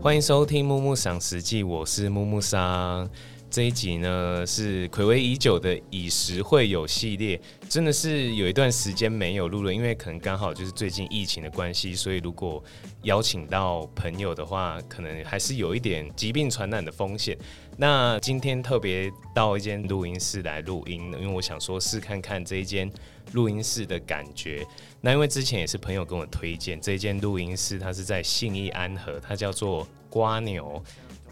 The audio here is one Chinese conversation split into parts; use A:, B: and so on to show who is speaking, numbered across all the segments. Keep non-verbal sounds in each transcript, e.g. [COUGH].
A: 欢迎收听《木木赏食记》，我是木木桑。这一集呢是暌违已久的以食会友系列，真的是有一段时间没有录了，因为可能刚好就是最近疫情的关系，所以如果邀请到朋友的话，可能还是有一点疾病传染的风险。那今天特别到一间录音室来录音，因为我想说试看看这一间录音室的感觉。那因为之前也是朋友跟我推荐这一间录音室，它是在信义安和，它叫做瓜牛。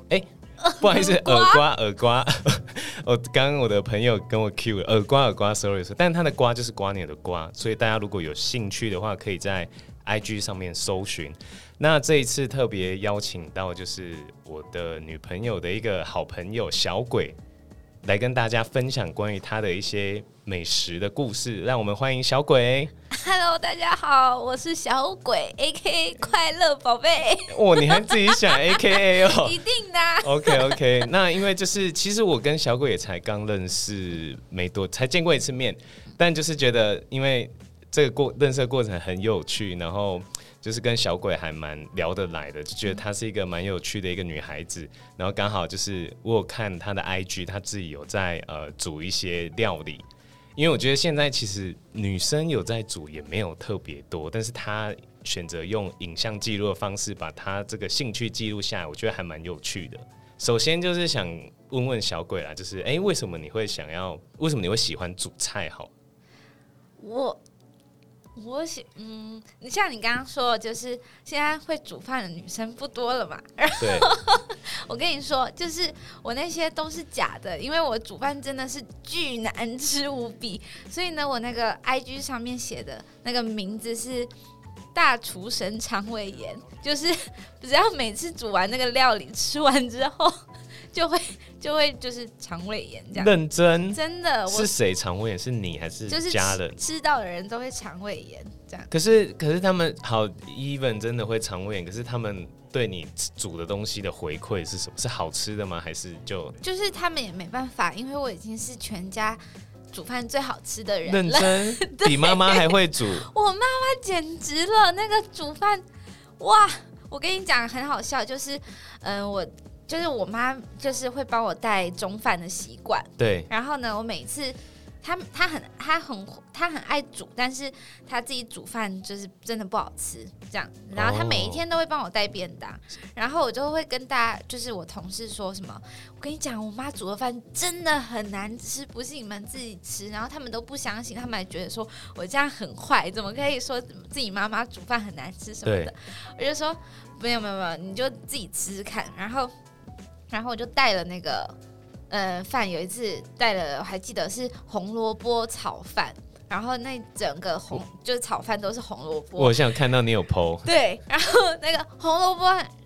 A: 哎、 [LAUGHS] 不好意思，耳瓜耳瓜， [LAUGHS] 我刚刚我的朋友跟我 Q 了耳瓜耳瓜，sorry 说，但它的瓜就是瓜牛的瓜，所以大家如果有兴趣的话，可以在 IG 上面搜寻。那这一次特别邀请到就是我的女朋友的一个好朋友小鬼，来跟大家分享关于她的一些美食的故事。让我们欢迎小鬼。
B: Hello，大家好，我是小鬼，A K A 快乐宝贝，
A: 哇，哦你还自己想 A K A 哦？
B: 一定的、
A: OK OK，那因为就是其实我跟小鬼也才刚认识没多，才见过一次面，但就是觉得因为这个过认识的过程很有趣，然后就是跟小鬼还蛮聊得来的，就觉得她是一个蛮有趣的一个女孩子。然后刚好就是我有看她的 IG，她自己有在呃煮一些料理。因为我觉得现在其实女生有在煮也没有特别多，但是她选择用影像记录的方式把她这个兴趣记录下来，我觉得还蛮有趣的。首先就是想问问小鬼啦，就是哎、诶为什么你会想要？为什么你会喜欢煮菜？好，
B: 我我喜嗯，你像你刚刚说的，就是现在会煮饭的女生不多了嘛。
A: 对，
B: 我跟你说，就是我那些都是假的，因为我煮饭真的是巨难吃无比，所以呢，我那个 I G 上面写的那个名字是。大厨神肠胃炎，就是只要每次煮完那个料理，吃完之后就会 [LAUGHS] 就会就是肠胃炎 [LAUGHS] 这样。
A: 认真
B: 真的，我
A: 是谁肠胃炎？是你还是
B: 就是
A: 家人？
B: 吃到的人都会肠胃炎这样。
A: 可是可是他们好，even 真的会肠胃炎，可是他们对你煮的东西的回馈是什么？是好吃的吗？还是就
B: 就是他们也没办法，因为我已经是全家煮饭最好吃的人
A: 认
B: 了。 [LAUGHS]
A: 真比妈妈还会煮？
B: 我妈妈简直了，那个煮饭，哇！我跟你讲很好笑，就是嗯、呃我就是我妈就是会帮我带中饭的习惯，
A: 对，
B: 然后呢，我每次。她她很她很她很爱煮，但是她自己煮饭就是真的不好吃，这样。然后她
A: 哦
B: 每一天都会帮我带便当，然后我就会跟大家，就是我同事说什么，我跟你讲，我妈煮的饭真的很难吃，不是你们自己吃。然后他们都不相信，他们还觉得说我这样很坏，怎么可以说自己妈妈煮饭很难吃什么的
A: 对？
B: 我就说没有没有没有，你就自己吃吃看。然后，然后我就带了那个呃饭，有一次带了，我还记得是红萝卜炒饭，然后那整个红就是炒饭都是红萝卜，
A: 我想看到你有 PO，
B: 对，然后那个红萝卜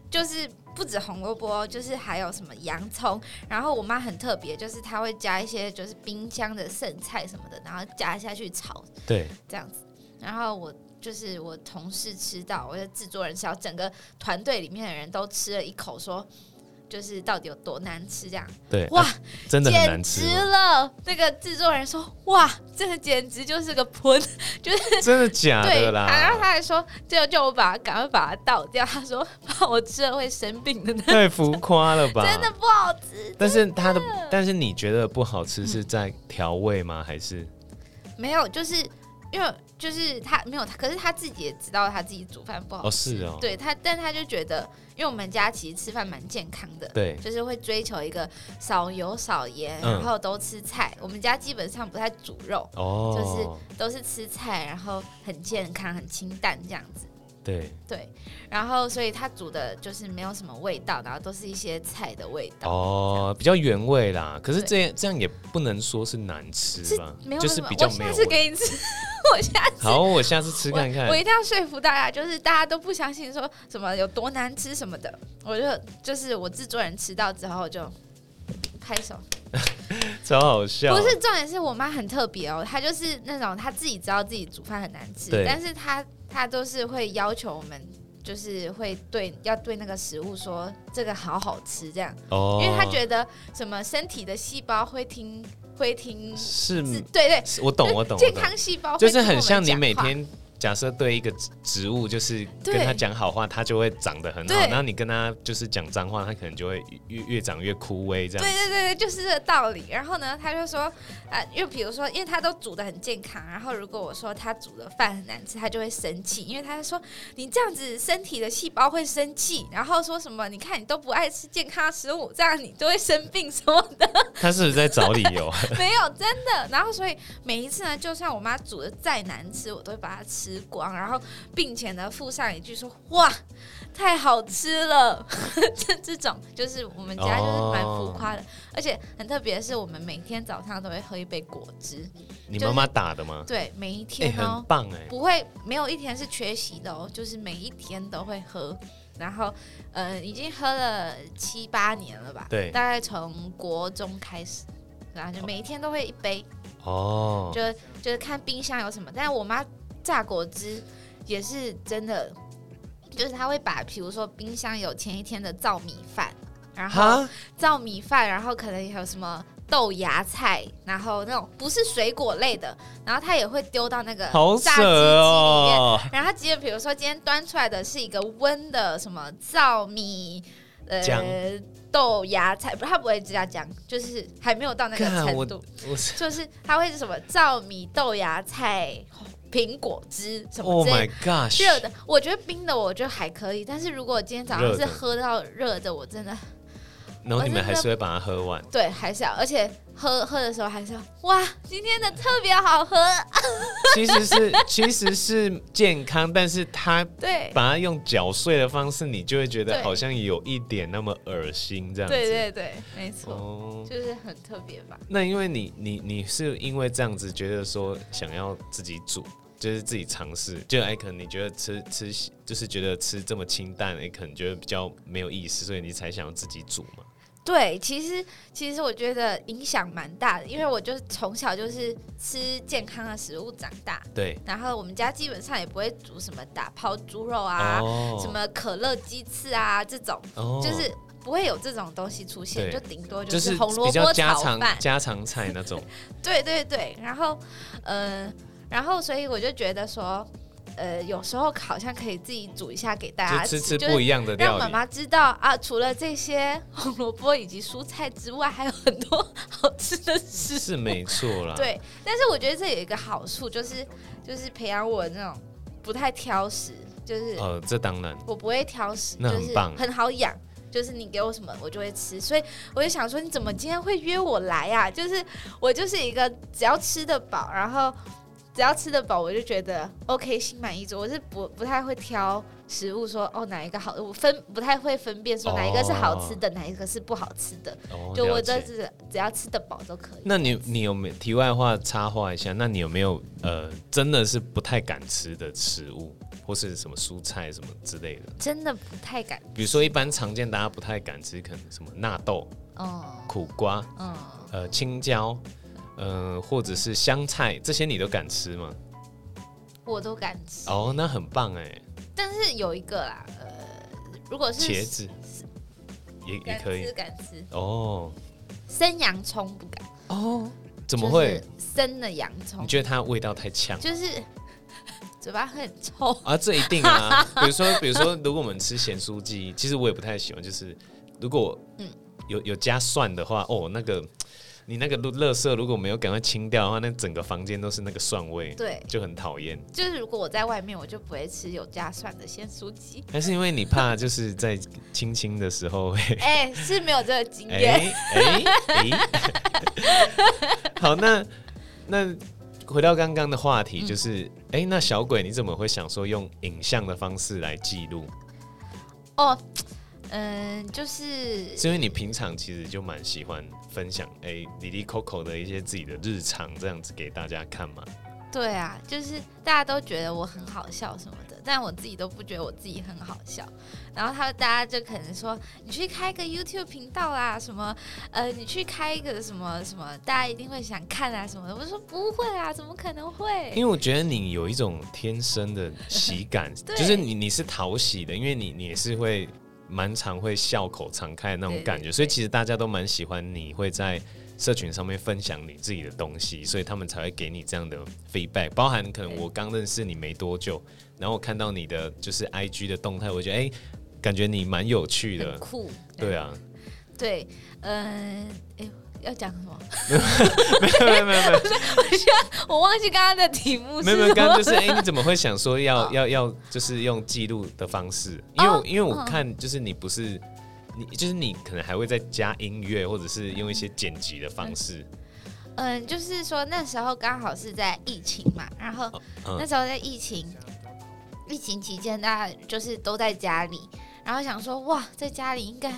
B: 就是不止红萝卜，哦就是还有什么洋葱。然后我妈很特别，就是她会加一些就是冰箱的剩菜什么的，然后加下去炒
A: 对，
B: 这样子。然后我就是我同事吃到，我的制作人小整个团队里面的人都吃了一口，说就是到底有多难吃这样。
A: 对，
B: 哇
A: 啊真的很难吃哦吗，
B: 简直了！那个制作人说：“哇，这个简直就是个喷。”
A: 真的假
B: 对，啊
A: 的啦？
B: 然后他还说，就叫我把它赶快把它倒掉。他说， [LAUGHS] 怕我吃了会生病的呢，
A: 太浮夸了吧？
B: [LAUGHS] 真的不好吃。
A: 但是它的，但是你觉得不好吃
B: 嗯
A: 是在调味吗？还是
B: 没有，就是因为就是他没有他，可是他自己也知道他自己煮饭不好
A: 哦
B: 吃。
A: 是哦，
B: 对他，但他就觉得，因为我们家其实吃饭蛮健康的，
A: 对
B: 就是会追求一个少油少盐，
A: 嗯
B: 然后都吃菜。我们家基本上不太煮肉，
A: 哦，
B: 都是吃菜，然后很健康、很清淡这样子。
A: 对
B: 对，然后所以它煮的就是没有什么味道，然后都是一些菜的味道，
A: 哦，比较原味啦。可是
B: 对
A: 这样这样也不能说是难吃
B: 是
A: 吧
B: 没，有
A: 就
B: 那
A: 是
B: 么
A: 比较
B: 我
A: 没
B: 下
A: 有
B: 次
A: 味。
B: 给你吃，我下次
A: 好，我下次吃看看
B: 我，我。一定要说服大家，就是大家都不相信说什么有多难吃什么的，我就就是我制作人吃到之后就。拍手，
A: 超好笑。
B: 不是重点是我妈很特别哦，她就是那种她自己知道自己煮饭很难吃
A: 对，
B: 但是她她都是会要求我们，就是会对要对那个食物说这个好好吃这样。
A: 哦，
B: 因为他觉得什么身体的细胞会听会听，
A: 是，
B: 是对对，
A: 是我懂，我懂，我
B: 健
A: 懂
B: 康细胞会
A: 就是
B: 听我
A: 很
B: 们
A: 像你
B: 讲
A: 每
B: 话
A: 天假设对一个植植物，就是跟
B: 对
A: 它讲好话，它就会长得很好。
B: 对
A: 然后你跟它就是讲脏话，它可能就会越越长越枯萎这样
B: 对。对对对，就是这个道理。然后呢，他就说，呃，因为比如说，因为他都煮的很健康，然后如果我说他煮的饭很难吃，他就会生气，因为他说你这样子身体的细胞会生气，然后说什么你看你都不爱吃健康食物，这样你就会生病什么的，
A: 它是不是在找理
B: [LAUGHS]
A: 由？
B: 没有真的。然后所以每一次呢，就算我妈煮的再难吃，我都会把它吃光，然后并且呢附上一句说哇。太好吃了， [LAUGHS] 这这种就是我们家就是蛮浮夸的，而且很特别的是，我们每天早上都会喝一杯果汁，
A: 你妈妈打的吗？
B: 对，每一
A: 哎、
B: 天
A: 很
B: 哦、
A: 棒哎、
B: 不会没有一天是缺席的哦，就是每一天都会喝，然后呃，已经喝了七八年了吧，
A: 对
B: 大概从国中开始。然后就每一天都会一杯，
A: 哦，
B: 就就是看冰箱有什么。但是我妈榨果汁也是真的，就是她会把，比如说冰箱有前一天的糙米饭，然后
A: 哈，
B: 糙米饭，然后可能还有什么豆芽菜，然后那种不是水果类的，然后他也会丢到那个
A: 好
B: 榨
A: 扯
B: 汁机里面。
A: 哦，
B: 然后他直接比如说今天端出来的是一个温的什么糙米，
A: 姜
B: 呃，豆芽菜，不，他不会加姜，就是还没有到那个
A: 干我
B: 程度，
A: 我是
B: 就是他会是什么糙米豆芽菜、苹果汁什么
A: Oh
B: 之类的
A: my gosh，
B: 热的，我觉得冰的我就还可以，但是如果今天早上
A: 热
B: 是
A: 的
B: 喝到热的，我真的
A: 然后你
B: 我真的
A: 们还是会把它喝完。
B: 对，还是要，而且喝喝的时候还是要，哇，今天的特别好喝，
A: 其实是其实是健康，但是它
B: 对，
A: 把它用搅碎的方式，你就会觉得
B: 对
A: 好像有一点那么恶心这样子。
B: 对对对，没错，
A: 哦，
B: 就是很特别吧。
A: 那因为你你你是因为这样子觉得说想要自己煮，就是自己尝试，就哎可能你觉得吃吃就是觉得吃这么清淡，哎可能觉得比较没有意思，所以你才想要自己煮嘛。
B: 对，其实其实我觉得影响蛮大的，因为我就是从小就是吃健康的食物长大，
A: 对，
B: 然后我们家基本上也不会煮什么打抛猪肉啊，
A: 哦
B: 什么可乐鸡翅啊这种，
A: 哦
B: 就是不会有这种东西出现，
A: 对
B: 就顶多
A: 就是
B: 红萝
A: 比较
B: 卜
A: 家
B: 炒饭
A: 常。家常菜那
B: [LAUGHS]
A: 种。
B: 对对对，然后，呃，然后所以我就觉得说，呃，有时候好像可以自己煮一下给大
A: 就
B: 家
A: 吃吃
B: 吃，啊就
A: 不
B: 是
A: 一样的料
B: 让
A: 理。
B: 妈妈知道啊，除了这些红萝卜以及蔬菜之外，还有很多好吃的食
A: 是
B: 物。
A: 没错啦。，
B: 对，但是我觉得这有一个好处，就是就是培养我那种不太挑食，就是
A: 呃，这当然
B: 我不会挑食，
A: 那
B: 就
A: 很
B: 是
A: 棒
B: 很好养。就是你给我什么，我就会吃，所以我就想说，你怎么今天会约我来呀、就是我就是一个只要吃得饱，然后只要吃得饱，我就觉得 OK，心满意足。我是不不太会挑食物说，哦哪一个好，我分不太会分辨说
A: 哦
B: 哪一个是好吃的，哪一个是不好吃的。
A: 哦，
B: 就我
A: 了
B: 这
A: 解。
B: 是只要吃得饱都可以。
A: 那你你有没有题外话插话一下？那你有没有呃，真的是不太敢吃的食物，或是什么蔬菜什么之类的？
B: 真的不太敢，
A: 比如说一般常见大家不太敢吃，可能什么纳豆、
B: 嗯
A: 苦瓜、
B: 嗯，
A: 呃青椒，呃或者是香菜，这些你都敢吃吗？
B: 我都敢吃。
A: 哦，那很棒哎，
B: 但是有一个啦，呃，如果是
A: 茄子也也
B: 敢
A: 可以
B: 吃敢吃，
A: 哦
B: 生洋葱不敢，
A: 哦，怎么会？
B: 就是生的洋葱
A: 你，觉得它味道太呛？
B: 就是 [LAUGHS] 嘴巴会很臭。 [LAUGHS]
A: 啊，这一定啊！比如说，比如说，如果我们吃咸酥鸡，其实我也不太喜欢，就是如果
B: 嗯
A: 有有加蒜的话，哦，那个你那个垃圾如果没有赶快清掉的话，那整个房间都是那个蒜味，
B: 对，
A: 就很讨厌。
B: 就是如果我在外面，我就不会吃有加蒜的鲜蔬
A: [LAUGHS]
B: 鸡。
A: 还是因为你怕就是在亲亲的时
B: [LAUGHS]
A: 候会
B: 哎、是没有这个经验。
A: 哎哎哎， [LAUGHS] 好，那那回到刚刚的话题，
B: 嗯
A: 就是哎、那小鬼你怎么会想说用影像的方式来记录？
B: 哦，嗯，就是
A: 是因为你平常其实就蛮喜欢分享，哎、李丽 Coco 的一些自己的日常这样子给大家看嘛。
B: 对啊，就是大家都觉得我很好笑什么的，但我自己都不觉得我自己很好笑。然后他大家就可能说，你去开个 YouTube 频道啊，什么呃，你去开一个什么什么，大家一定会想看啊什么的。我说不会啊，怎么可能
A: 因为
B: 会？
A: 我觉得你有一种天生的喜感，
B: [LAUGHS] 对
A: 就是你你是讨喜的，因为你你也是会蛮常会笑口常开的那种感觉，
B: 对对对
A: 所以其实大家都蛮喜欢你会在社群上面分享你自己的东西，所以他们才会给你这样的 feedback。包含可能我刚认识你没多久，然后我看到你的就是 IG 的动态，我觉得哎、感觉你蛮有趣
B: 很
A: 的。
B: 酷。
A: 对啊，
B: 对，嗯、哎、要讲什么？ [LAUGHS]
A: [LAUGHS] 没有没有没有
B: 我忘记刚刚的题目
A: 没有
B: 是什
A: 没
B: 么。
A: 有，刚刚就是哎、你怎么会想说要
B: 哦
A: 要要就是用记录的方式？因为我、因为
B: 嗯
A: 我看就是你不是你就是你可能还会再加音乐，或者是用一些剪辑的方式。
B: [LAUGHS] 嗯，就是说那时候刚好是在疫情嘛，然后
A: 嗯
B: 那时候在疫情，疫情期间大家就是都在家里，然后想说哇，在家里应该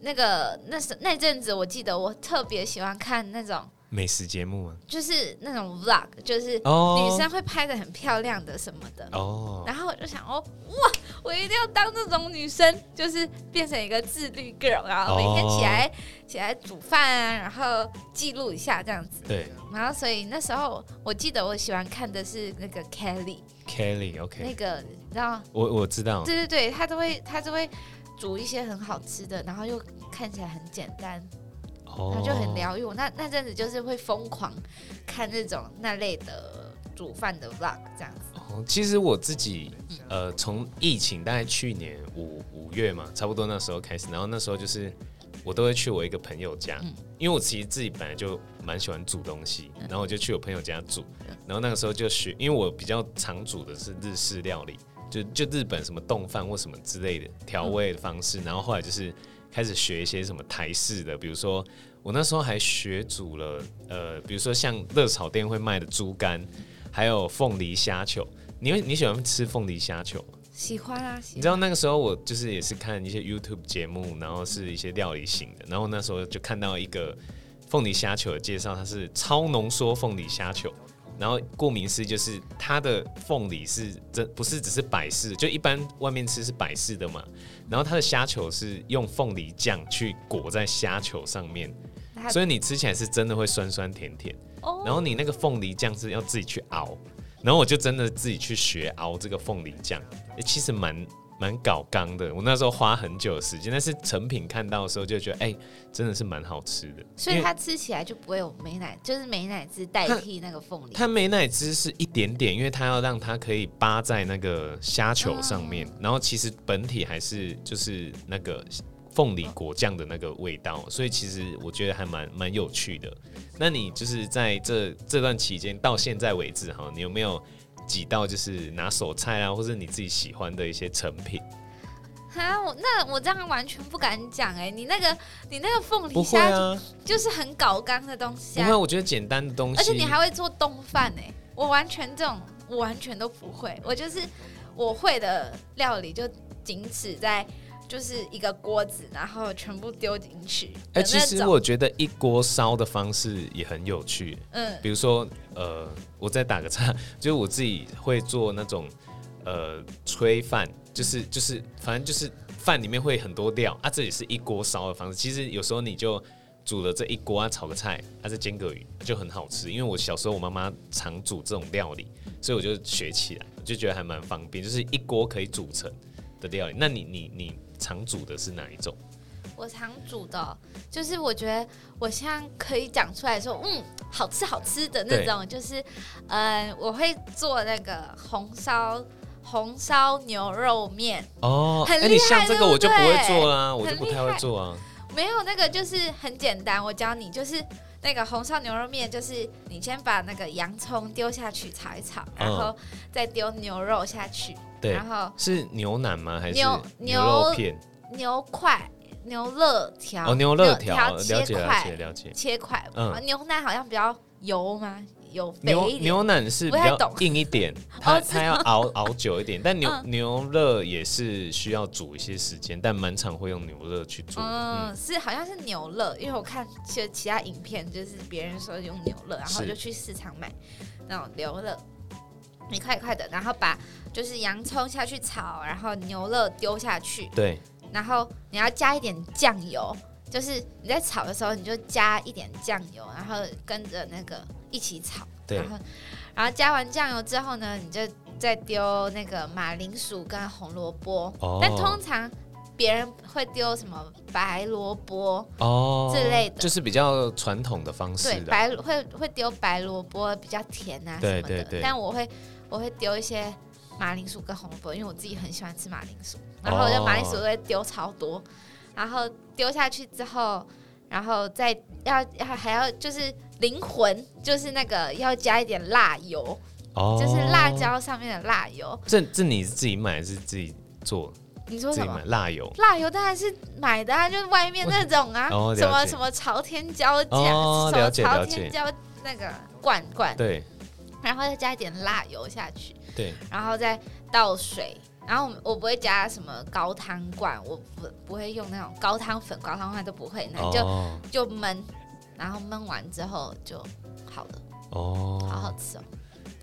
B: 那个那时那阵子，我记得我特别喜欢看那种
A: 美食节目啊，
B: 就是那种 vlog，就是
A: 哦
B: 女生会拍的很漂亮的什么的。
A: 哦，
B: 然后我就想哦，哇，我一定要当这种女生，就是变成一个自律 girl，然
A: 哦
B: 后每天起来、起来煮饭啊，然后记录一下这样子。
A: 对
B: 然后，所以那时候我记得我喜欢看的是那个 Kelly，
A: ，Kelly，OK，、
B: 那个你知道，
A: 我我知道，
B: 对对对，她都会她都会煮一些很好吃的，然后又看起来很简单，然
A: 哦
B: 后就很疗愈我。那那阵子就是会疯狂看那种那类的煮饭的 vlog 这样子。
A: 哦，其实我自己呃，从疫情大概去年五五月嘛，差不多那时候开始，然后那时候就是我都会去我一个朋友家，因为我其实自己本来就蛮喜欢煮东西，然后我就去我朋友家煮，然后那个时候就学，因为我比较常煮的是日式料理，就就日本什么冻饭或什么之类的调味的方式，然后后来就是开始学一些什么台式的，比如说。我那时候还学煮了，呃，比如说像热炒店会卖的猪肝，还有凤梨虾球。你会你喜欢吃凤梨虾球吗？
B: 喜欢啊，喜
A: 你
B: 欢
A: 知道那个时候我就是也是看一些 YouTube 节目，然后是一些料理型的，然后那时候就看到一个凤梨虾球的介绍，它是超浓缩凤梨虾球。然后顾名思义就是它的凤梨是真不是只是百事，就一般外面吃是百事的嘛。然后它的虾球是用凤梨酱去裹在虾球上面，
B: 它
A: 所以你吃起来是真的会酸酸甜甜。
B: 哦，
A: 然后你那个凤梨酱是要自己去熬，然后我就真的自己去学熬这个凤梨酱，诶其实蛮蛮搞刚的。我那时候花很久的时间，但是成品看到的时候就觉得，哎、真的是蛮好吃的。
B: 所
A: 因
B: 以
A: 为
B: 它吃起来就不会有美乃，就是美乃滋代替那个凤梨。
A: 它美乃滋是一点点，因为它要让它可以扒在那个虾球上面，
B: 嗯
A: 然后其实本体还是就是那个凤梨果酱的那个味道，所以其实我觉得还蛮蛮有趣的。那你就是在这这段期间到现在为止哈，你有没有几道就是拿手菜啊，或者你自己喜欢的一些成品？
B: 哈，我那我这样完全不敢讲哎、你那个你那个凤
A: 不
B: 梨
A: 会
B: 虾、
A: 啊，
B: 就是很搞刚的东西
A: 不
B: 啊
A: 会，，我觉得简单的东西，
B: 而且你还会做冻饭哎，我完全这种我完全都不会，我就是我会的料理就仅此在就是一个锅子，然后全部丢进去的
A: 哎、
B: 那
A: 其实
B: 种
A: 我觉得一锅烧的方式也很有趣。
B: 嗯
A: 比如说，呃，我再打个岔， [LAUGHS] 就是我自己会做那种，呃，炊饭，就是就是，反正就是饭里面会很多料啊，这也是一锅烧的方式。其实有时候你就煮了这一锅啊，炒个菜，啊，这煎个鱼就很好吃。因为我小时候我妈妈常煮这种料理，所以我就学起来，我就觉得还蛮方便，就是一锅可以煮成的料理。那你你你常煮的是哪一种？
B: 我常煮的哦，就是我觉得我现在可以讲出来说，嗯，好吃好吃的那种，就是，嗯、我会做那个红烧红烧牛肉面，
A: 哦
B: 很
A: 哎，
B: 厉
A: 你
B: 害
A: 像这个我就不会
B: 对不对
A: 做啦，我就
B: 很
A: 不
B: 厉
A: 太会
B: 害
A: 做啊。
B: 没有那个就是很简单，我教你，就是那个红烧牛肉面，就是你先把那个洋葱丢下去炒一炒，然后再丢牛肉下去，
A: 嗯对
B: 然，后
A: 是牛腩吗？还是
B: 牛
A: 牛肉
B: 牛
A: 片？
B: 牛块、牛肋条，
A: 哦，牛肋条，了
B: 切
A: 解了
B: 块
A: 解，了解。
B: 切块，
A: 嗯
B: 牛腩好像比较油嘛，油肥
A: 牛
B: 一点。
A: 牛腩是比
B: 不太
A: 较
B: 懂
A: 硬一
B: [LAUGHS]
A: 点，它
B: 哦是吗
A: 它要熬熬久一点，但牛
B: 嗯
A: 牛肋也是需要煮一些时间，但蛮常会用牛肋去做的。
B: 嗯，是好像是牛肋，因为我看其实其他影片就是别人说用牛肋，然后
A: 是
B: 我就去市场买那种牛肋，一块一块的，然后把就是洋葱下去炒，然后牛肋丢下去，
A: 嗯对，
B: 然后你要加一点酱油，就是你在炒的时候你就加一点酱油，然后跟着那个一起炒，
A: 对
B: 然后然后加完酱油之后呢，你就再丢那个马铃薯跟红萝卜，
A: 哦
B: 但通常别人会丢什么白萝卜，
A: 哦
B: 之类的
A: 就是比较传统的方式
B: 对，
A: 的。
B: 白会会丢白萝卜比较甜啊什
A: 对
B: 么的，
A: 对对
B: 但我会我会丢一些马铃薯跟红萝卜，因为我自己很喜欢吃马铃薯，然后我就马
A: 哦
B: 铃薯会丢超多，然后丢下去之后，然后再要要还要就是灵魂，就是那个要加一点辣油，
A: 哦
B: 就是辣。椒上面的辣油。
A: 这这你是自己买还是自己做？
B: 你说
A: 自
B: 什
A: 己
B: 么
A: 买？辣油。
B: 辣油当然是买的啊，就是外面那种啊，
A: 哦了解
B: 什么什么朝天椒酱，
A: 哦
B: 什么
A: 了解
B: 朝
A: 了解
B: 天椒那个罐罐，
A: 对
B: 然后再加一点辣油下去，
A: 对，
B: 然后再倒水。然后我们我不会加什么高汤罐，我不不会用那种高汤粉、高汤罐都不会，那就、
A: 哦
B: 就焖，然后焖完之后就好了，好好
A: 哦，
B: 吃哦。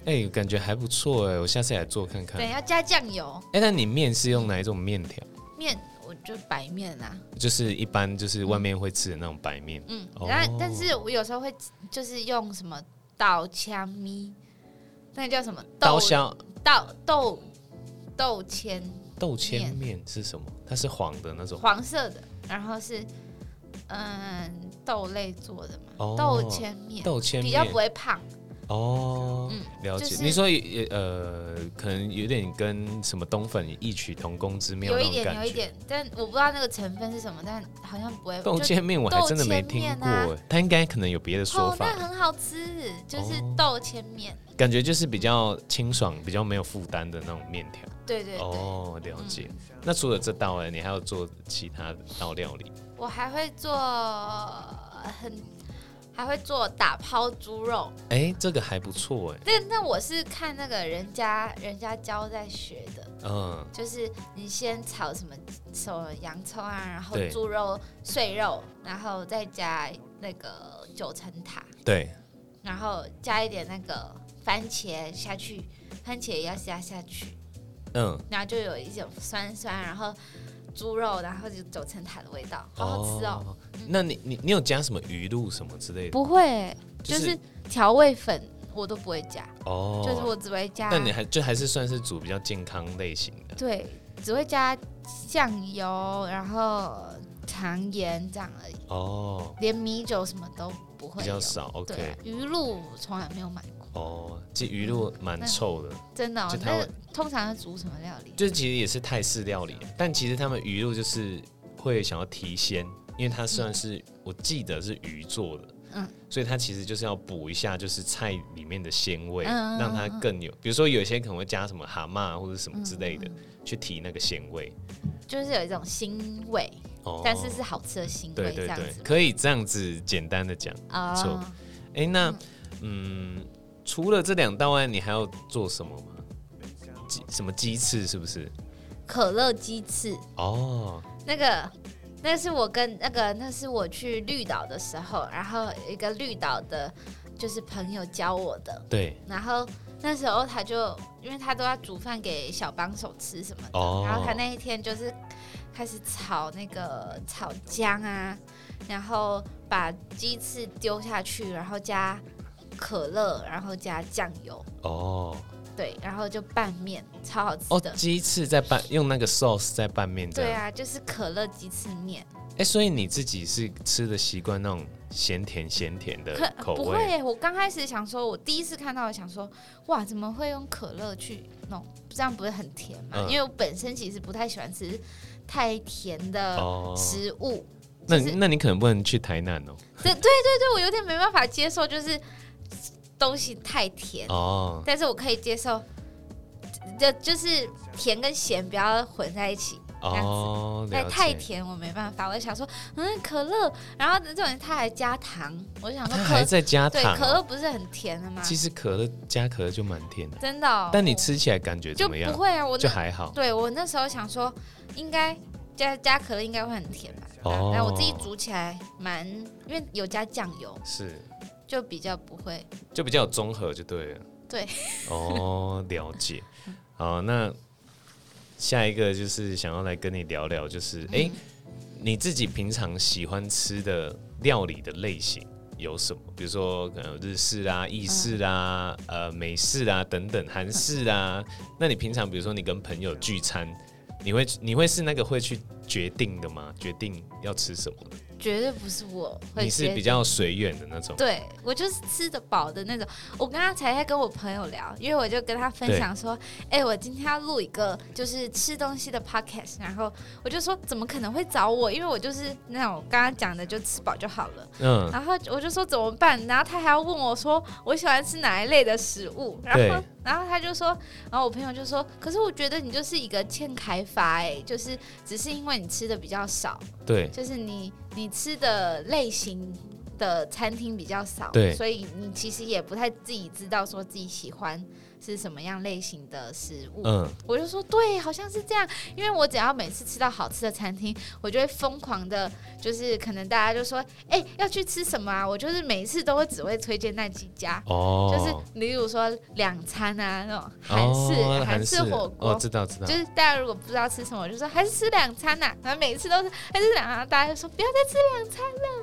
A: 哎，感觉还不错哎，我下次也来做看看。
B: 对，要加酱油
A: 哎，那你面是用哪一种面条？
B: 面，我就白面啊，
A: 就是一般就是外面会吃的那种白面。
B: 嗯
A: 哦，
B: 然后、但是我有时候会就是用什么刀枪咪，那个叫什么
A: 刀
B: 豆
A: 削
B: 豆豆豆签
A: 豆签面是什么？它是黄的那种。
B: 黄色的，然后是嗯豆类做的嘛，
A: 哦
B: 豆签面
A: 豆签
B: 比较
A: 面
B: 不会胖，
A: 哦，
B: 嗯
A: 了解。
B: 就是
A: 你说也呃，可能有点跟什么冬粉异曲同工之妙
B: 有
A: 那
B: 一
A: 种
B: 点
A: 感
B: 有一
A: 觉。
B: 点，但我不知道那个成分是什么，但好像不会
A: 豆
B: 就
A: 签面我还真的没听
B: 豆
A: 过
B: 签面啊
A: 哎，它应该可能有别的说
B: 哦，
A: 法
B: 那，很好吃，就是
A: 哦
B: 豆签面，
A: 感觉就是比较清爽、比较没有负担的那种面条。
B: 对对对。嗯
A: 哦，了解。那除了这道哎，你还有做其他道料理？
B: 我还会做很，还会做打抛猪肉。
A: 哎，这个还不错哎，
B: 那那我是看那个人家人家教在学的，
A: 嗯，
B: 就是你先炒什么什么洋葱啊，然后
A: 对
B: 猪肉碎肉，然后再加那个九层塔，
A: 对，
B: 然后加一点那个番茄下去，番茄也要加下去，
A: 嗯，
B: 然后就有一种酸酸，然后猪肉，然后就九层塔的味道，好好吃哦。嗯
A: 那你你你有加什么鱼露什么之类的？
B: 不会欸，
A: 就
B: 就是是调味粉我都不会加，
A: 哦，
B: 就是我只会加，
A: 但你还就还是算是煮比较健康类型的。
B: 对，只会加酱油，然后糖盐这样而已，
A: 哦，
B: 连米酒什么都不会
A: 比
B: 有
A: 较。少
B: 对啊
A: ，OK。，
B: 鱼露从来没有买过，
A: 哦，这鱼露
B: 嗯
A: 蛮臭的，
B: 真的、哦
A: 就。台
B: 那
A: 湾
B: 通常是煮什么料理？
A: 就其实也是泰式料理，但其实他们鱼露就是会想要提鲜，因为它算是、我记得是鱼做的，嗯
B: 嗯，
A: 所以它其实就是要补一下就是菜里面的鲜味，
B: 嗯嗯嗯
A: 让它更有，比如说有些可能会加什么蛤蟆啊或者什么
B: 嗯
A: 之类的、去提那个鲜味。
B: 就是有一种腥味，
A: 哦
B: 但是是好吃的腥
A: 对
B: 味，
A: 对
B: 这样
A: 对，
B: 子
A: 可以这样子简单的讲。
B: 啊
A: 错哎、那嗯，除了这两道外，你还要做什么吗？鸡什么鸡翅是不是？
B: 可乐鸡翅，
A: 哦，
B: 那个，那是我跟那个，那是我去绿岛的时候，然后一个绿岛的，就是朋友教我的。
A: 对，
B: 然后那时候他就，因为他都要煮饭给小帮手吃什么的，
A: 哦
B: 然后他那一天就是开始炒那个炒姜啊，然后把鸡翅丢下去，然后加可乐，然后加酱油，
A: 哦
B: 对，然后就拌面，超好吃
A: 哦
B: 的。，
A: 鸡翅在拌用那个 sauce 在拌面这
B: 对
A: 样。
B: 啊，就是可乐鸡翅面。
A: 哎、所以你自己是吃的习惯那种咸甜咸甜的
B: 可
A: 口
B: 不
A: 味
B: 会，我刚开始想说，我第一次看到，想说，哇，怎么会用可乐去弄？这样不是很甜吗？
A: 嗯
B: 因为我本身其实不太喜欢吃太甜的
A: 哦？
B: 食物，
A: 那
B: 啊就是
A: 那你可能不能去台南哦。
B: 对对对对，我有点没办法接受，就是东西太甜。
A: 哦，
B: 但是我可以接受，就就是甜跟咸不要混在一起。这样子
A: 哦，
B: 那
A: 了
B: 太
A: 解。
B: 甜我没办法，我就想说，嗯，可乐，然后这种他还加糖，我就想说
A: 它还
B: 可，
A: 在加
B: 对，
A: 糖、
B: 可
A: 哦。
B: 乐不是很甜的吗？
A: 其实可乐加可乐就蛮甜的，
B: 真的哦、
A: 但你
B: 我
A: 吃起来感觉
B: 就
A: 怎么样
B: 不？会啊，我
A: 就
B: 那
A: 还好。
B: 对我那时候想说，应该加加可乐应该会很甜吧。
A: 哦
B: 但我自己煮起来蛮，因为有加酱油，
A: 是，
B: 就比较不会。
A: 就比较有综合就对了。
B: 对。
A: 哦，了解。好，那下一个就是想要来跟你聊聊，就是哎、诶
B: 嗯
A: 你自己平常喜欢吃的料理的类型有什么？比如说可能有日式啊、意式啊、
B: 嗯
A: 呃美式啊等等，韩式啊。那你平常比如说你跟朋友聚餐，你会你会是那个会去决定的吗？决定要吃什么的？
B: 绝对不是我会
A: 你是
B: 决
A: 比
B: 定
A: 较随缘的那种。
B: 对我就是吃得饱的那种。我刚刚才在跟我朋友聊，因为我就跟他分享说，哎、我今天要录一个就是吃东西的 podcast，然后我就说怎么可能会找我？因为我就是那种刚刚讲的，就吃饱就好了。
A: 嗯，
B: 然后我就说怎么办？然后他还要问我说我喜欢吃哪一类的食物，然后
A: 对
B: [LAUGHS] 然后他就说，然后我朋友就说，可是我觉得你就是一个欠开发哎、就是只是因为你吃的比较少，
A: 对
B: 就是你你吃的类型的餐厅比较少，
A: 对
B: 所以你其实也不太自己知道说自己喜欢是什么样类型的食物。
A: 嗯，
B: 我就说对，好像是这样，因为我只要每次吃到好吃的餐厅，我就会疯狂的，就是可能大家就说，哎、要去吃什么啊？我就是每一次都会只会推荐那几家，
A: 哦，
B: 就是例如说两餐啊那种韩式、
A: 哦
B: 韩式火锅。
A: 哦，知道知道
B: 就，是大家如果不知道吃什么，我就说还是吃两餐呐、然后每次都是还是两餐，啊大家就说不要再吃。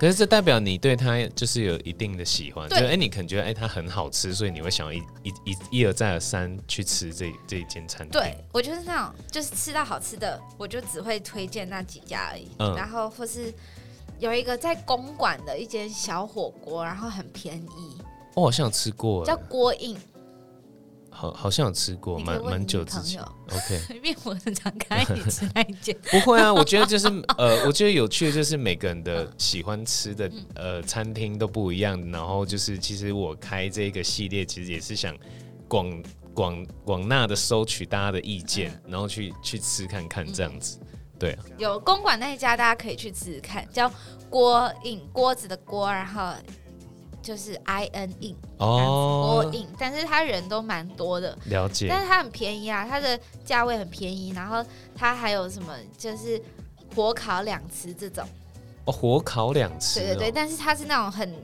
A: 可是这代表你对它就是有一定的喜欢，就
B: 对
A: 哎、你可能觉得哎、它很好吃，所以你会想要一一一一而再而三去吃这这一间餐厅。
B: 对，我就是那种，就是吃到好吃的，我就只会推荐那几家而已。
A: 嗯
B: 然后或是有一个在公馆的一间小火锅，然后很便宜，
A: 我哦好像有吃过，
B: 叫
A: 哎
B: 锅印，
A: 好好像有吃过，
B: 你可以
A: 蛮
B: 问
A: 蛮
B: 你
A: 久之
B: 朋
A: 前。
B: 友。
A: OK，
B: 因为我很常看你吃那一
A: [LAUGHS]
B: 间，
A: 不会啊，我觉得就是呃， [LAUGHS] 我觉得有趣的就是每个人的喜欢吃的
B: 嗯
A: 呃餐厅都不一样，然后就是其实我开这个系列其实也是想广广广纳的收取大家的意见，
B: 嗯
A: 然后去去吃看看这样子。对啊，
B: 有公馆那一家，大家可以去试试看，叫锅印，锅子的锅，然后就是 I N 印，锅
A: 哦，
B: 印，但是他人都蛮多的，
A: 了解
B: 但。是它很便宜啊，它的价位很便宜，然后它还有什么就是火烤两吃这种，
A: 哦，火烤两吃、哦，
B: 对对对，但是它是那种很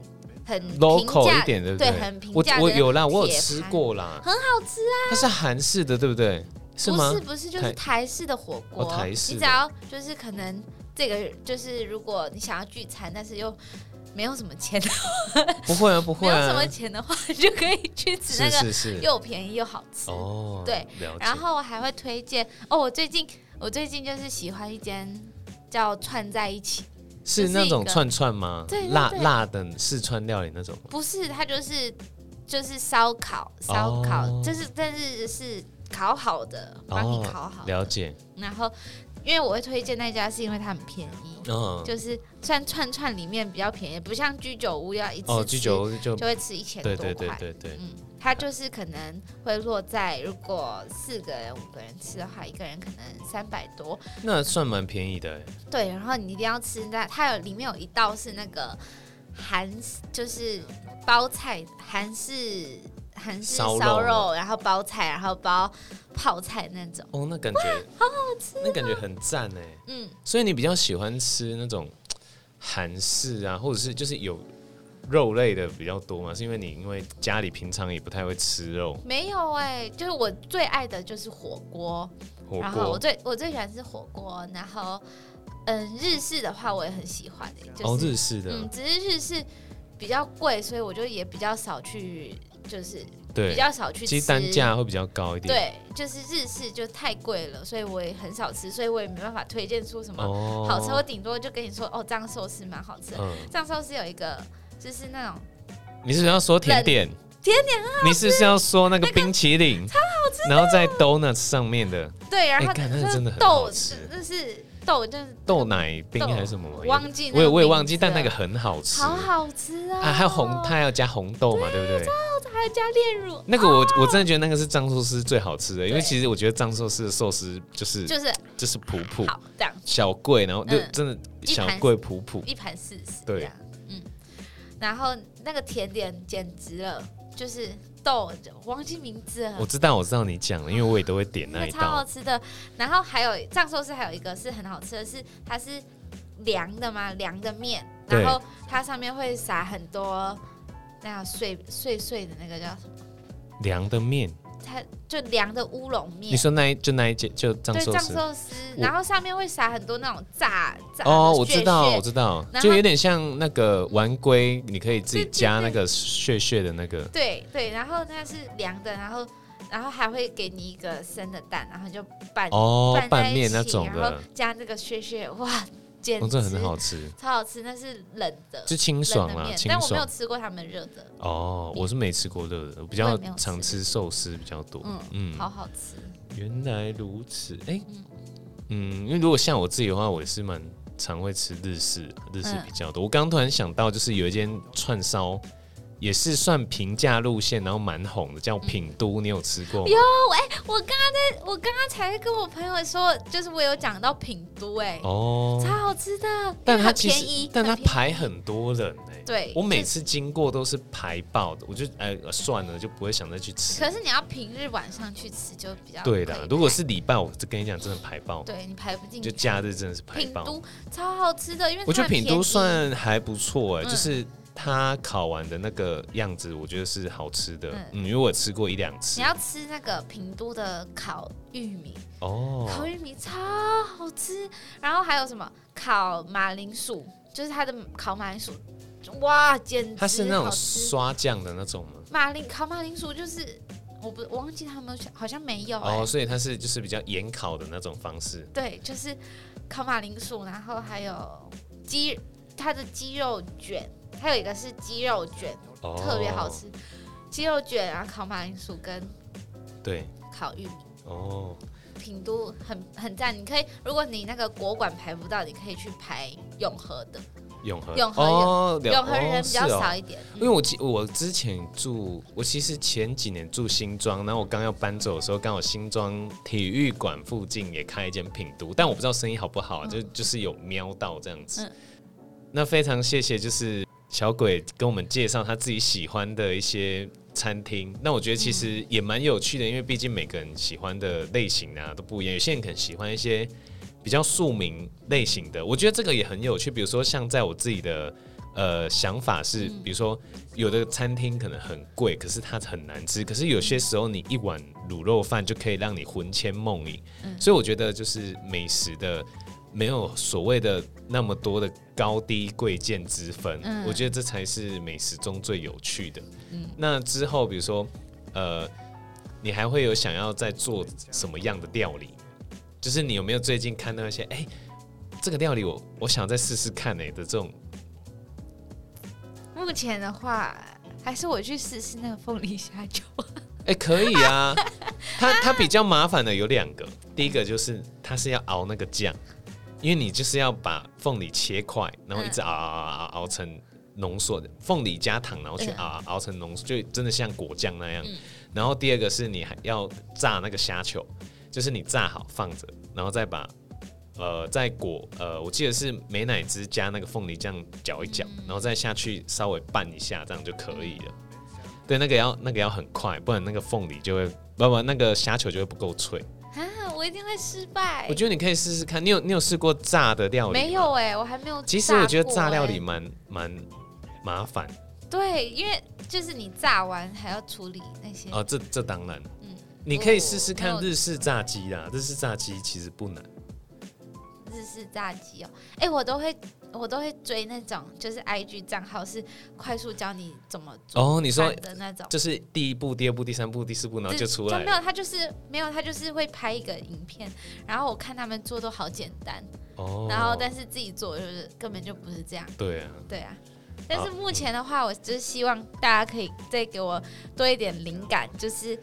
B: 很
A: local
B: 平价
A: 一点，对不
B: 对，
A: 对
B: 很平
A: 我
B: 价的
A: 我有啦，我有
B: 铁
A: 吃
B: 盘
A: 过啦，
B: 很
A: 好吃啊。它是韩式的，对不对？是吗
B: 不是？不是，就
A: 台
B: 是台式的火锅，
A: 哦台式的
B: 你只要就是可能这个就是如果你想要聚餐，但是又没有什么钱，
A: 不会啊，不
B: 没
A: 会
B: 有什
A: 啊
B: 么。钱的话，就可以去吃那
A: 是是
B: 个
A: 是，
B: 又便宜又好吃。
A: 哦，
B: 对，
A: 了解。
B: 然后我还会推荐哦，我最近我最近就是喜欢一间叫串在一起。
A: 是那种串串吗？
B: 对对
A: 辣
B: 对
A: 辣的四川料理那种吗。
B: 不是，它就是就是烧烤，烧烤，
A: 哦
B: 就是但是是烤好的，帮你烤好。
A: 了解，
B: 然后，因为我会推荐那家，是因为它很便宜，
A: 嗯，
B: 就是算串串里面比较便宜，不像居酒屋要一次
A: 哦，
B: 吃
A: 居酒屋就
B: 就会吃一千多
A: 对对
B: 块。
A: 对对对，
B: 嗯，它就是可能会落在如果四个人五个人吃的话，一个人可能三百多。
A: 那算蛮便宜的欸。
B: 对，然后你一定要吃那它有里面有一道是那个韩，就是包菜韩式韩式
A: 烧
B: 烧
A: 肉
B: 肉，
A: 吗
B: 然后包菜，然后包泡菜那种。
A: 哦，那感觉好好
B: 啊
A: 吃，那感觉很赞哎。
B: 嗯，
A: 所以你比较喜欢吃那种韩式啊，或者是就是有肉类的比较多嘛？是因为你因为家里平常也不太会吃肉，
B: 没有哎、就是我最爱的就是火锅，
A: 火
B: 然后我
A: 锅
B: 最我最喜欢吃火锅，然后嗯日式的话我也很喜欢哎、
A: 哦
B: 就是、
A: 日式的，
B: 嗯，只是日式比较贵，所以我就也比较少去，就是比
A: 对，
B: 较少去吃。
A: 其实单价会比较高一点。
B: 对，就是日式就太贵了，所以我也很少吃，所以我也没办法推荐出什么
A: 哦，
B: 好吃。我顶多就跟你说，哦，藏寿司蛮好吃的。
A: 嗯，
B: 藏寿司有一个就是那种
A: 你是不是要说甜点？
B: 甜
A: 点很好你是不是要说那个冰淇淋？超好吃。然后在 donuts 上面的
B: 对，然
A: 哎
B: 后
A: 干
B: 就
A: 那个
B: 是
A: 真的很好
B: 豆
A: 吃
B: 是，就是豆就是
A: 豆奶冰还是什么玩意儿？
B: 忘记那个
A: 我也我也
B: 名
A: 忘记，
B: 字
A: 但那
B: 了
A: 个很好吃。
B: 好好吃啊！
A: 啊，还有红，它要加红豆嘛，对不对？
B: 还有加炼乳，
A: 那个我我真的觉得那个是藏寿司最好吃的，因为
B: 对
A: 其实我觉得藏寿司的寿司就是
B: 就是
A: 就是普普
B: 好这样
A: 小贵，然后就
B: 嗯
A: 真的
B: 一
A: 小
B: 盘
A: 贵普普。
B: 一盘四十，
A: 对
B: 这样，嗯。然后那个甜点简直了，就是豆，忘记名字了
A: 我。知道我知道你讲了，因为我也都会点那
B: 那
A: 一
B: 超
A: 道。
B: 好吃的。然后还有藏寿司，还有一个是很好吃的是，它是凉的嘛，凉的面，
A: 对
B: 然后它上面会撒很多那样碎碎碎的那个叫什么？
A: 凉的面，
B: 它就凉的乌龙
A: 你
B: 面。
A: 说那一就那一间就藏
B: 对
A: 寿
B: 藏
A: 司。哦
B: 寿司，
A: 我
B: 然后上面会撒很多那种炸炸
A: 哦，
B: 的
A: 我
B: 屑
A: 知道，
B: 屑
A: 我知道，
B: 然后
A: 就有点像那个玩龟，你可以自己
B: 对对
A: 加那
B: 对
A: 个屑屑的那个，
B: 对对，然后它是凉的，然后然后还会给你一个生的蛋，然后就拌、
A: 哦
B: 拌，在
A: 拌
B: 一
A: 面那
B: 起
A: 种
B: 然后
A: 的，
B: 加那个屑屑，哇，简直、
A: 哦，这很好吃，
B: 超好吃，那是冷
A: [LAUGHS]
B: 的，
A: 就清
B: 冷
A: 爽
B: 的
A: 啦，
B: 面，
A: 清
B: 但我没有
A: 爽。
B: 吃过他们热的，
A: 哦，我是没吃过热的，我比
B: 我
A: 较
B: 也没有
A: 常
B: 吃
A: 吃寿司比较多。
B: 嗯
A: 嗯，
B: 好好吃。
A: 原来如此，哎、嗯，因为如果像我自己的话，我也是蛮常会吃日式，日式比较多。我刚刚突然想到，就是有一间串烧，也是算平价路线，然后蛮红的，叫品都，你有吃过吗？
B: 有我刚刚在，我刚刚才跟我朋友说，就是我有讲到品都、哎、超
A: 哦，
B: 好吃的，
A: 但
B: 因为
A: 它
B: 很
A: 其
B: 便
A: 实
B: 宜，，
A: 但它
B: 很便宜
A: 排很多人哎、
B: 对，
A: 我每
B: 就
A: 次经过都是排爆的，我就哎、算了，就不会想再去吃
B: 可。是你要平日晚上去吃就比较
A: 对
B: 可
A: 啦
B: 以，
A: 如果
B: 排
A: 是礼拜，我跟你讲，真的排爆，
B: 对你排不进
A: 就
B: 去
A: 假日真的是排
B: 品
A: 爆。
B: 都超好吃的，因为
A: 我觉得
B: 它很
A: 品都
B: 便宜
A: 算还不错哎、
B: 嗯
A: 就是它烤完的那个样子，我觉得是好吃的。
B: 嗯
A: 嗯，因为我吃过一两次
B: 你。要吃那个品都的烤玉米，
A: 哦，
B: 烤玉米超好吃，然后还有什么烤马铃薯，就是它的烤马铃薯，哇，简直
A: 它是那
B: 好
A: 种
B: 吃
A: 刷酱的那种吗？
B: 马铃烤马铃薯就是我不我忘记他们好像没有、哎
A: 哦，所以它是就是比较盐烤的那种方式。
B: 对，就是烤马铃薯，然后还有鸡它的鸡肉卷，还有一个是鸡肉卷，
A: 哦，
B: 特别好。吃，鸡肉卷然后烤马铃薯跟
A: 对，
B: 烤玉米。
A: 哦，
B: 品都很很赞，你可以，如果你那个国馆排不到，你可以去排永和的，
A: 永和，
B: 永和
A: 哦，了
B: 永和人比较。
A: 哦是哦
B: 少一点。
A: 因
B: 嗯
A: 为我其我之前住，我其实前几年住新庄，然后我刚要搬走的时候，刚好新庄体育馆附近也开一间品都，但我不知道生意好不好啊、就就是有瞄到这样子。
B: 嗯
A: 那非常谢谢，就是小鬼跟我们介绍他自己喜欢的一些餐厅。那我觉得其实也蛮有趣的，因为毕竟每个人喜欢的类型啊都不一样，有些人可能喜欢一些比较庶民类型的，我觉得这个也很有趣。比如说像在我自己的。呃，想法是，比如说有的餐厅可能很贵，可是它很难吃。可是有些时候，你一碗卤肉饭就可以让你魂牵梦萦。所以我觉得，就是美食的没有所谓的那么多的高低贵贱之分，
B: 嗯
A: 我觉得这才是美食中最有趣的。那之后，比如说，呃，你还会有想要再做什么样的料理？就是你有没有最近看到一些，哎、这个料理我我想再试试看哎、的这种
B: 目前的话，还是我去试试那个凤梨虾球。
A: 哎、可以啊。它它比较麻烦的有两个，第一个就是它是要熬那个酱，因为你就是要把凤梨切块，然后一直熬熬熬熬熬成浓缩的凤梨加糖，然后去
B: 嗯
A: 熬熬熬成浓缩，就真的像果酱那样。然后第二个是你还要炸那个虾球，就是你炸好放着，然后再把。呃，在果呃，我记得是美乃滋加那个凤梨酱搅一搅，然后再下去稍微拌一下，这样就可以了。对，那个要那个要很快，不然那个凤梨就会不不，那个虾球就会不够脆。
B: 啊，我一定会失败
A: 我。觉得你可以试试看，你有你有试过炸的料理？
B: 哎没。有哎、我还没有、
A: 其实我觉得炸料理，蛮蛮麻烦
B: 欸对，因为就是你炸完还要处理那些，
A: 哦，这这当然。
B: 嗯
A: 你可以试试
B: 我
A: 看
B: 没有
A: 日式炸鸡啦，日式炸鸡其实不难。
B: 日式炸鸡哦、哎、我都会我都会追那种，就是 IG 账号是快速教你怎么做
A: 哦，你说
B: 饭的那种。
A: 就是第一步、第二步、第三步、第四步，然后就出来
B: 没
A: 了。
B: 有，他就是没有，他就是会拍一个影片，然后我看他们做都好简单，
A: 哦，
B: 然后但是自己做就是根本就不是这样，
A: 对啊，
B: 对啊。但是目前的话，我就是希望大家可以再给我多一点灵感，就是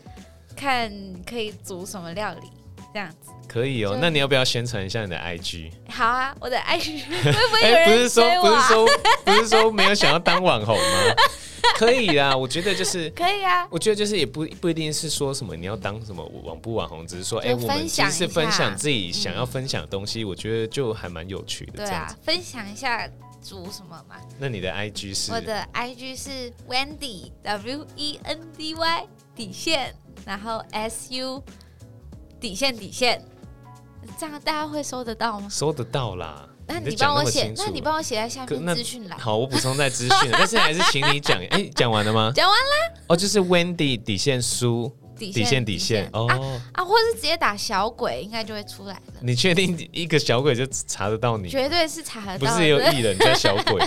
B: 看可以煮什么料理这样子。
A: 可以哦
B: 就。
A: 那你要不要宣传一下你的 IG？
B: 好啊，我的爱会不会有人
A: 哎不是说
B: 追
A: 不
B: 我
A: 是
B: 啊？
A: 说不是说没有想要当网红吗？ [LAUGHS] 可以啦，我觉得就是
B: 可以啊，
A: 我觉得就是也不不一定是说什么你要当什么网不网红，只是说哎、
B: 就
A: 我
B: 分
A: 们其
B: 享
A: 实是
B: 一
A: 分
B: 下
A: 享自己想要分享的东西，我觉得就还蛮有趣的
B: 对
A: 这样子
B: 啊。，分享一下煮什么嘛。
A: 那你的 IG 是
B: 嗯我的 IG 是 Wendy W E N D Y 底线，然后 S U 底线底线，这样大家会搜得到吗？
A: 搜得到啦。
B: 那
A: 你
B: 你
A: 在
B: 帮我
A: 讲么
B: 写
A: 清，楚
B: 那你帮我写在下
A: 可
B: 面
A: 那
B: 资讯栏。
A: 好，我补充在
B: [LAUGHS]
A: 资讯，但是还是请你讲。哎、讲完了吗？
B: 讲完
A: 了。哦，就是 Wendy 底线书
B: 底
A: 底线底线哦、嗯
B: 啊啊，或是直接打小鬼，应该就会出来了，
A: 你确定一个小鬼就查得到你？
B: 绝对啊是查得
A: 不
B: 到
A: 是有
B: 的。
A: 艺人叫小
B: [LAUGHS]
A: 鬼？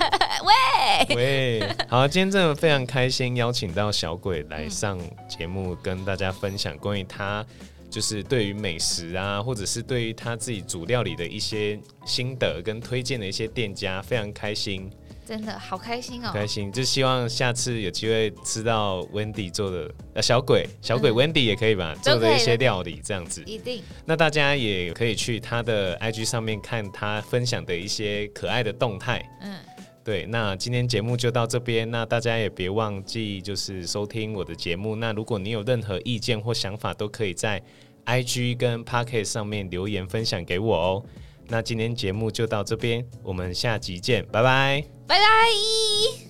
A: 喂喂，好，今天真的非常开心，邀请到小鬼
B: 嗯
A: 来上节目，跟大家分享关于他就是对于美食啊，或者是对于他自己煮料理的一些心得跟推荐的一些店家，非常开心，
B: 真的好开心哦！
A: 开心。就希望下次有机会吃到 Wendy 做的呃小鬼小鬼 Wendy 也可以吧，做
B: 嗯都可以
A: 的一些料理这样子。
B: 一定
A: 那大家也可以去他的 IG 上面看他分享的一些可爱的动态。
B: 嗯，
A: 对，那今天节目就到这边，那大家也别忘记就是收听我的节目。那如果你有任何意见或想法，都可以在 IG 跟 Pocket 上面留言分享给我哦。那今天节目就到这边，我们下集见，拜拜。
B: 拜拜。